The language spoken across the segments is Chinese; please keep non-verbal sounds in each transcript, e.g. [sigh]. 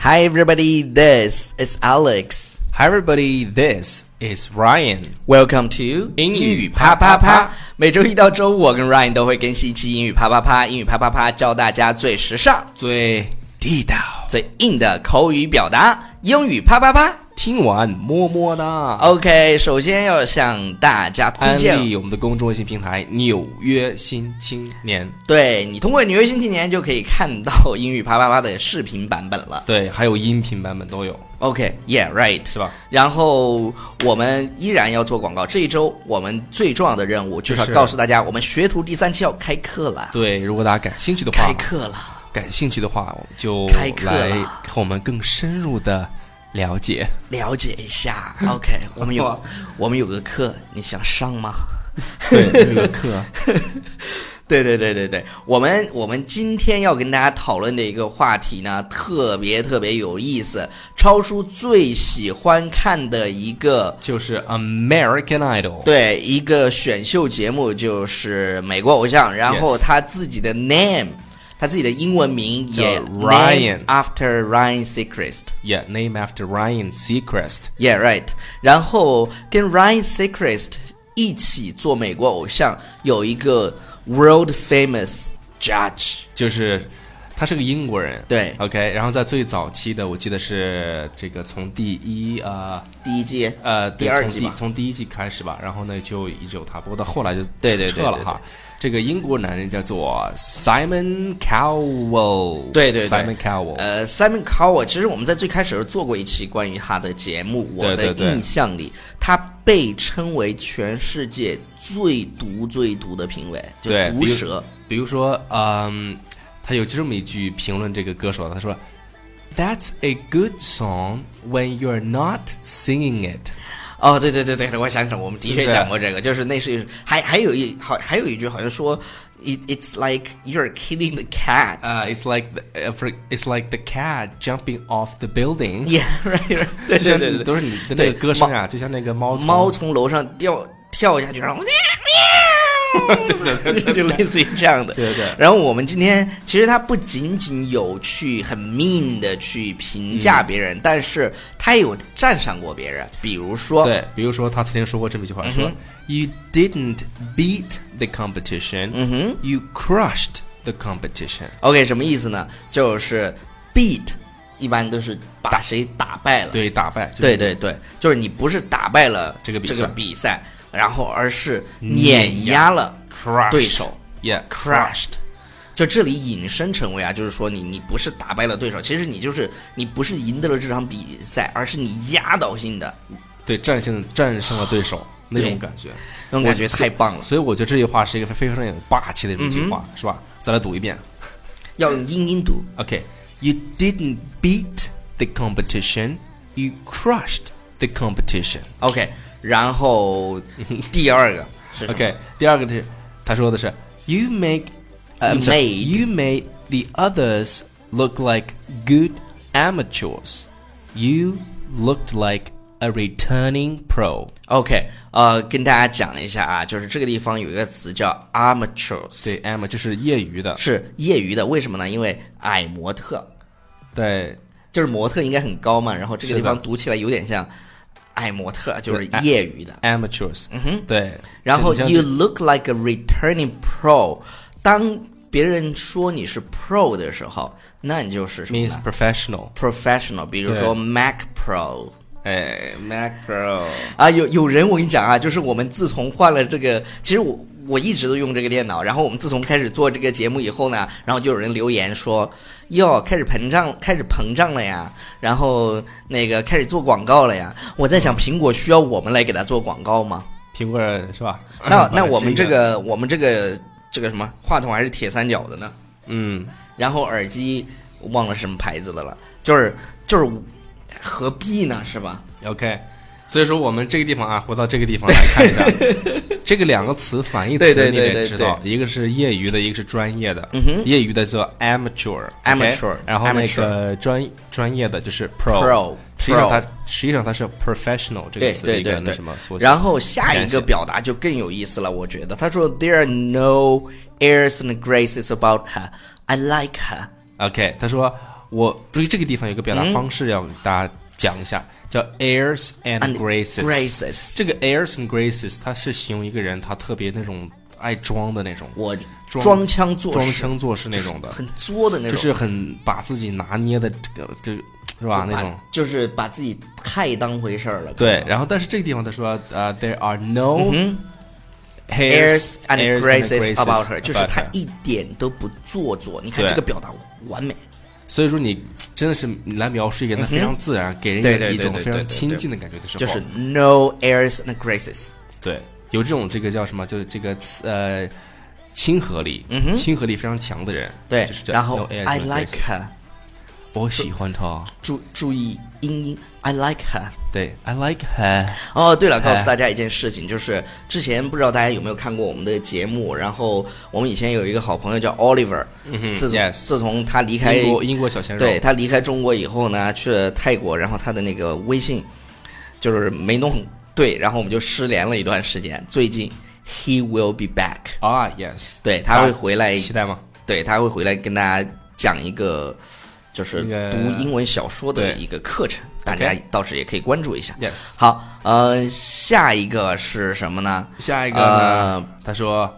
Hi, everybody. This is Alex. Hi, everybody. This is Ryan. Welcome to 英语啪啪啪啪啪啪。每周一到周五，我跟 Ryan 都会更新一期英语啪啪啪。英语啪啪啪，教大家最时尚、最地道，最硬的口语表达。英语啪啪啪。听完么么哦哒。 OK，首先要向大家推安利荐，我们的公众微信平台《纽约新青年》，对你通过纽约新青年就可以看到英语啪啪啪的视频版本了。对，还有音频版本都有， OK，Yeah，right、是吧？然后我们依然要做广告。这一周我们最重要的任务就是就要是告诉大家，我们学徒第三期要开课了，对，如果大家感兴趣的话开，课了。感兴趣的话，我们就开课来了和我们更深入的了解。了解一 [laughs] 下，OK，我们有我们有个课，你想上吗？对， [laughs] 这个课，对对对对对，我们我们今天要跟大家讨论的一个话题呢，特别特别有意思。超叔最喜欢看的一个就是 American Idol。对一个选秀节目就是《美国偶像》，然后 Yes 他自己的 name，他自己的英文名叫也 Ryan named after Ryan Seacrest。 Yeah, name after Ryan Seacrest. Yeah, right。然后跟 Ryan Seacrest 一起做美国偶像，有一个 world famous judge。就是他是个英国人，对，OK。然后在最早期的，我记得是这个从第一呃第一届，呃对第二从季第吧从第一季开始吧，然后呢就一直有他，不过到后来就对对对撤了对哈。这个英国男人叫做 Simon Cowell，对对对，Simon Cowell，呃，Simon Cowell，其实我们在最开始的时候做过一期关于他的节目，我的对对对印象里，他被称为全世界最毒最毒的评委，就对毒比如蛇。比如说嗯，他有这么一句评论这个歌手，他说。That's a good song when you're not singing it。哦，对对对对，我想起来，我们的确是不是啊讲过这个，就是那是还还有一好还有一句好像说，it it's like you're killing the cat。呃、i t s like the it's like the cat jumping off the building。 Yeah, right, right. 对就像对对对，都是你的那对个歌声啊，就像那个猫从猫从楼上掉跳下去，然后喵，对对对， [laughs] 就类似于这样的。对对对然后我们今天其实它不仅仅有去很 mean 的去评价别人，但是它也有赞赏过别人，比如说，对，比如说他曾经说过这么一句话，嗯说 You didn't beat the competition, Mm-hmm. you crushed the competition。 OK 什么意思呢？就是 beat 一般都是把谁打败了。对，打败，就是对对对，就是你不是打败了这个比这赛个比赛，然后而是碾压了，crushed 对手。 ，yeah crushed。就这里引申成为啊，就是说你你不是打败了对手，其实你就是你不是赢得了这场比赛，而是你压倒性的对，战胜战胜了对手那种感觉。那种感觉太棒了，所以我觉得这句话是一个非常有霸气的一句嗯话，是吧？再来读一遍要用英音读。 ，OK。You didn't beat the competition, you crushed the competition。 OK，然 [laughs] 后第二个是什么 OK，第二个是他说的是 You make，呃 You 不是 made you made the others look like good amateurs. You looked like a returning pro. OK，呃，跟大家讲一下啊，就是这个地方有一个词叫 amateurs，对，，am 就是业余的，是业余的，为什么呢？因为矮模特对就是模特应该很高嘛，然后这个是地的方读起来有点像矮模特，就是对业余的。 amateurs，嗯哼，对。然后就你 Mm-hmm. you 像 look like a returning pro。当别人说你是 pro 的时候，那你就是什么 means 呢 professional， professional，比如对说 Mac Pro。Eh, 哎，Mac Pro，啊，有有人我跟你讲啊，就是我们自从换了这个，其实我我一直都用这个电脑，然后我们自从开始做这个节目以后呢，然后就有人留言说，哟，开始膨胀，开始膨胀了呀，然后那个开始做广告了呀。我在想，苹果需要我们来给他做广告吗？苹果人是吧？那 [laughs] 本来那是我们一这，个我们这个这个什么话筒还是铁三角的呢？嗯，然后耳机忘了是什么牌子的了，就是就是何必呢？是吧？ OK，所以说我们这个地方啊，回到这个地方来看 [laughs] 一下，这个两个词反义对对词你对得对知对道，一个是业余的，一个是专业的。嗯哼业余的叫 amateur，OK Amateur，然后那 amateur 个专专业的就是 pro。 Pro，实际上 Pro 它实际上它是 professional 这对个词的对一对个那对什么缩，写。然后下一展个现表达就更有意思了，我觉得他说 There are no airs and graces about her, I like her, OK，他说我注意这个地方有个表达嗯方式要给大家讲一下，叫 airs and And graces。 Graces，这个 airs and graces，它是形容一个人他特别那种爱装的那种，我装装腔作装势，腔作势那种的，很作的那种，就是很把自己拿捏的这个这个是就吧把那种。就是把自己太当回事儿了。可能对，，然后但是这个地方他说，呃、t h e r e are no 嗯 hairs ，airs and graces about her，就是 about 她 her 一点都不做作。你看对这个表达完美，所以说你真的是你来描述一个人，他非常自然，给人对有对一对种对非对常对亲对近的感觉的时候，就是 no airs and graces。对，有这种这个叫什么，就是这个词呃亲和力，嗯哼亲和力非常强的人，对就是，叫然后 no airs I no like graces her，我喜欢他，注注意音音，I like her。对，I like her，哦，对了，告哎诉大家一件事情，就是之前不知道大家有没有看过我们的节目，然后我们以前有一个好朋友叫 Oliver，、嗯自从 yes，自从他离开英国英国小鲜肉，对他离开中国以后呢，去了泰国，然后他的那个微信就是没弄对，然后我们就失联了一段时间。最近 he will be back，啊，yes，对他会回来，期待吗？对他会回来跟大家讲一个就是那个读英文小说的一个课程，大家到时也可以关注一下。 Yes，好，呃，下一个是什么呢？下一个呢？呃，嗯他说，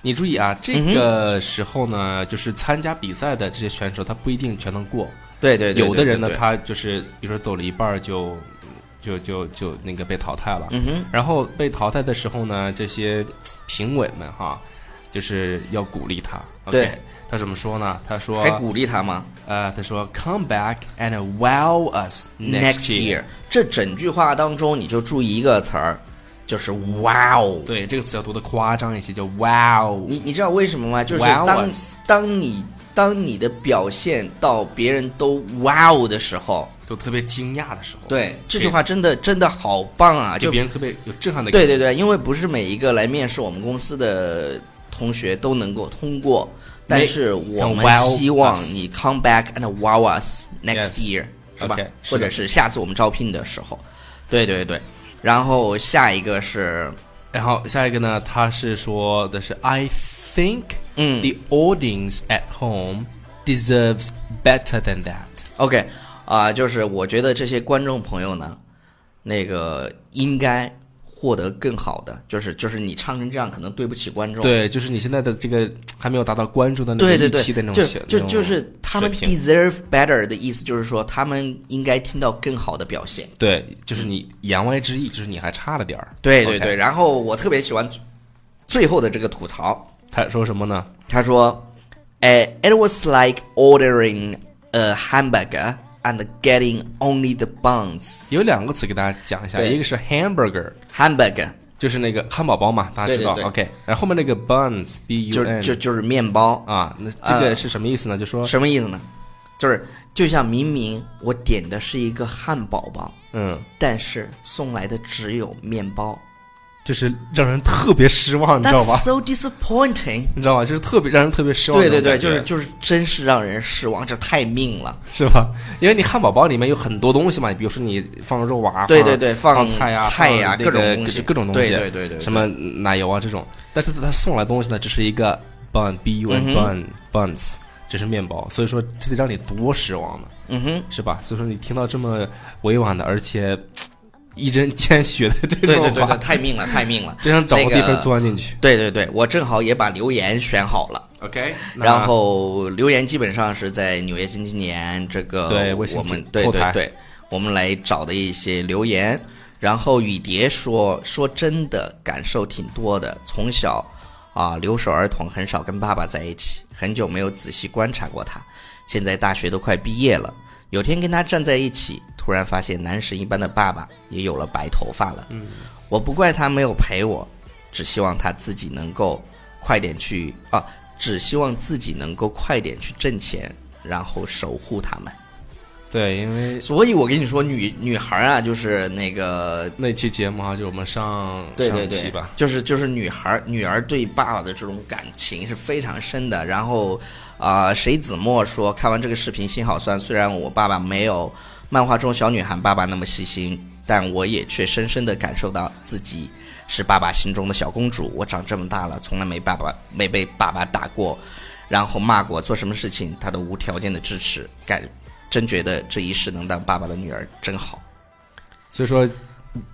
你注意啊，这个时候呢，就是参加比赛的这些选手，他不一定全能过。对对对，有的人呢，对对他啊就是比如说走了一半儿就就就就那个被淘汰了。嗯哼，然后被淘汰的时候呢，这些评委们哈，就是要鼓励他。对 OK，他怎么说呢？他说还鼓励他吗呃，他说 Come back and wow us next year。这整句话当中，你就注意一个词儿，就是哇哦。对，这个词要读的夸张一些，叫 wow。你你知道为什么吗？就是 Wow 当 us 当你当你的表现到别人都哇哦的时候，都特别惊讶的时候，对这可以句话真的真的好棒啊！给就别人特别有震撼的感对对觉。对，因为不是每一个来面试我们公司的同学都能够通过，但是我 can wow 们希望 us 你 come back and wow us next Yes year，是吧 OK，是或的者是下次我们招聘的时候，对对对。然后下一个是，然后下一个呢，他是说的是 I think 嗯 the audience at home deserves better than that。 OK，啊、就是我觉得这些观众朋友呢，那个应该获得更好的，就是就是你唱成这样，可能对不起观众。对，就是你现在的这个还没有达到关注的那个对预对对期的那，种就小，就那种就是他们水平 deserve better 的意思，就是说他们应该听到更好的表现。对，就是你言外之意就是你还差了点儿。对 OK 对对，然后我特别喜欢最后的这个吐槽，他说什么呢？他说，哎，it was like ordering a hamburger and getting only the buns 有两个词给大家讲一下，对一个是 hamburger， hamburger，就是那个汉堡包嘛，大家知道。对对对 OK，然后后面那个 buns b u 就 n 就就是面包，啊，那这嗯个是什么意思呢？就说什么意思呢？就是就像明明我点的是一个汉堡包，嗯，但是送来的只有面包就是让人特别失望，你嗯知道，That's 吧？ so disappointing。 [laughs] 你知道吧？就是特别让人特别失望对对那对，种感觉。就是就是，真是让人失望，这太命了。是吧？因为你汉堡包里面有很多东西嘛，比如说你放肉啊，对对对，放放菜呀、菜呀，放那各种个东西，各种东西，对对对对，什么奶油啊这种。但是他送来东西呢，只是一个 bun b u 嗯 n 哼 bun buns，这是面包，所以说这得让你多失望呢，对？嗯哼，是吧？所以说你听到这么委婉的，而且嘖一针见血的这种对对对话，对，太命了， [laughs] 太命了。真想找个地那个方钻进去。对对对，我正好也把留言选好了， OK，然后留言基本上是在《纽约新青年》这个对微信我们平对后对台对，我们来找的一些留言。然后雨蝶说说真的感受挺多的，从小啊留守儿童，很少跟爸爸在一起，很久没有仔细观察过他。现在大学都快毕业了，有天跟他站在一起，突然发现男神一般的爸爸也有了白头发了。嗯，我不怪他没有陪我，只希望他自己能够快点去啊，只希望自己能够快点去挣钱，然后守护他们。对，因为所以我跟你说，女女孩啊，就是那个。那期节目哈，就我们上对对上期对吧，，就是就是女孩女儿对爸爸的这种感情是非常深的。然后，啊，谁子墨说看完这个视频心好酸，虽然我爸爸没有漫画中小女孩爸爸那么细心，但我也却深深的感受到自己是爸爸心中的小公主。我长这么大了，从来没爸爸没被爸爸打过，然后骂过做什么事情他都无条件的支持，感真觉得这一世能当爸爸的女儿真好。所以说，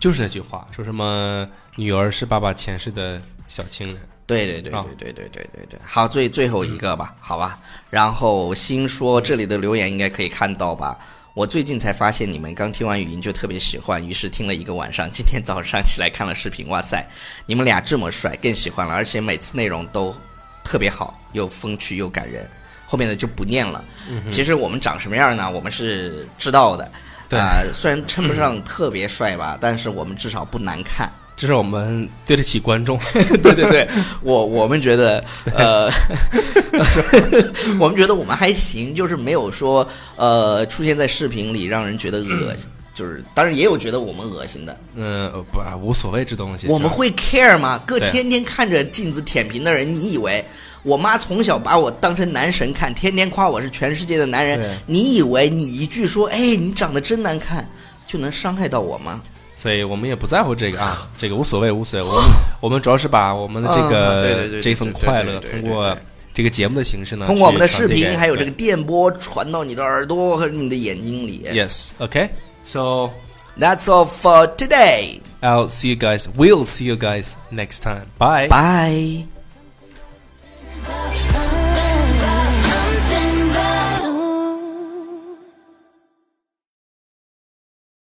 就是那句话，说什么女儿是爸爸前世的小情人。对对对啊对对对对对对，好，最最后一个吧，好吧。然后新说这里的留言应该可以看到吧？我最近才发现你们刚听完语音就特别喜欢，于是听了一个晚上，今天早上起来看了视频，哇塞，你们俩这么帅，更喜欢了，而且每次内容都特别好，又风趣又感人。后面的就不念了。嗯其实我们长什么样呢？我们是知道的。对啊、虽然称不上特别帅吧，但是我们至少不难看。这是我们对得起观众， [laughs] [laughs] 对对对，我我们觉得，呃， [laughs] 我们觉得我们还行，就是没有说呃出现在视频里让人觉得恶心，就是当然也有觉得我们恶心的，嗯，呃不啊，无所谓这东西。我们是吧会 care 吗？哥对天天看着镜子舔屏的人，你以为我妈从小把我当成男神看，天天夸我是全世界的男人对，你以为你一句说哎你长得真难看就能伤害到我吗？所以我们也不在乎这个啊，这个无所谓，无所谓。我们我们主要是把我们的这哦啊对对个对这份快乐，对对对对通对过这个节目的形式呢，通过我们的去视传递给频还有这个对电波传到你的耳朵和你的眼睛里。 Yes，OK，So That's all for today. I'll see you guys. We'll see you guys next time. Bye. Bye.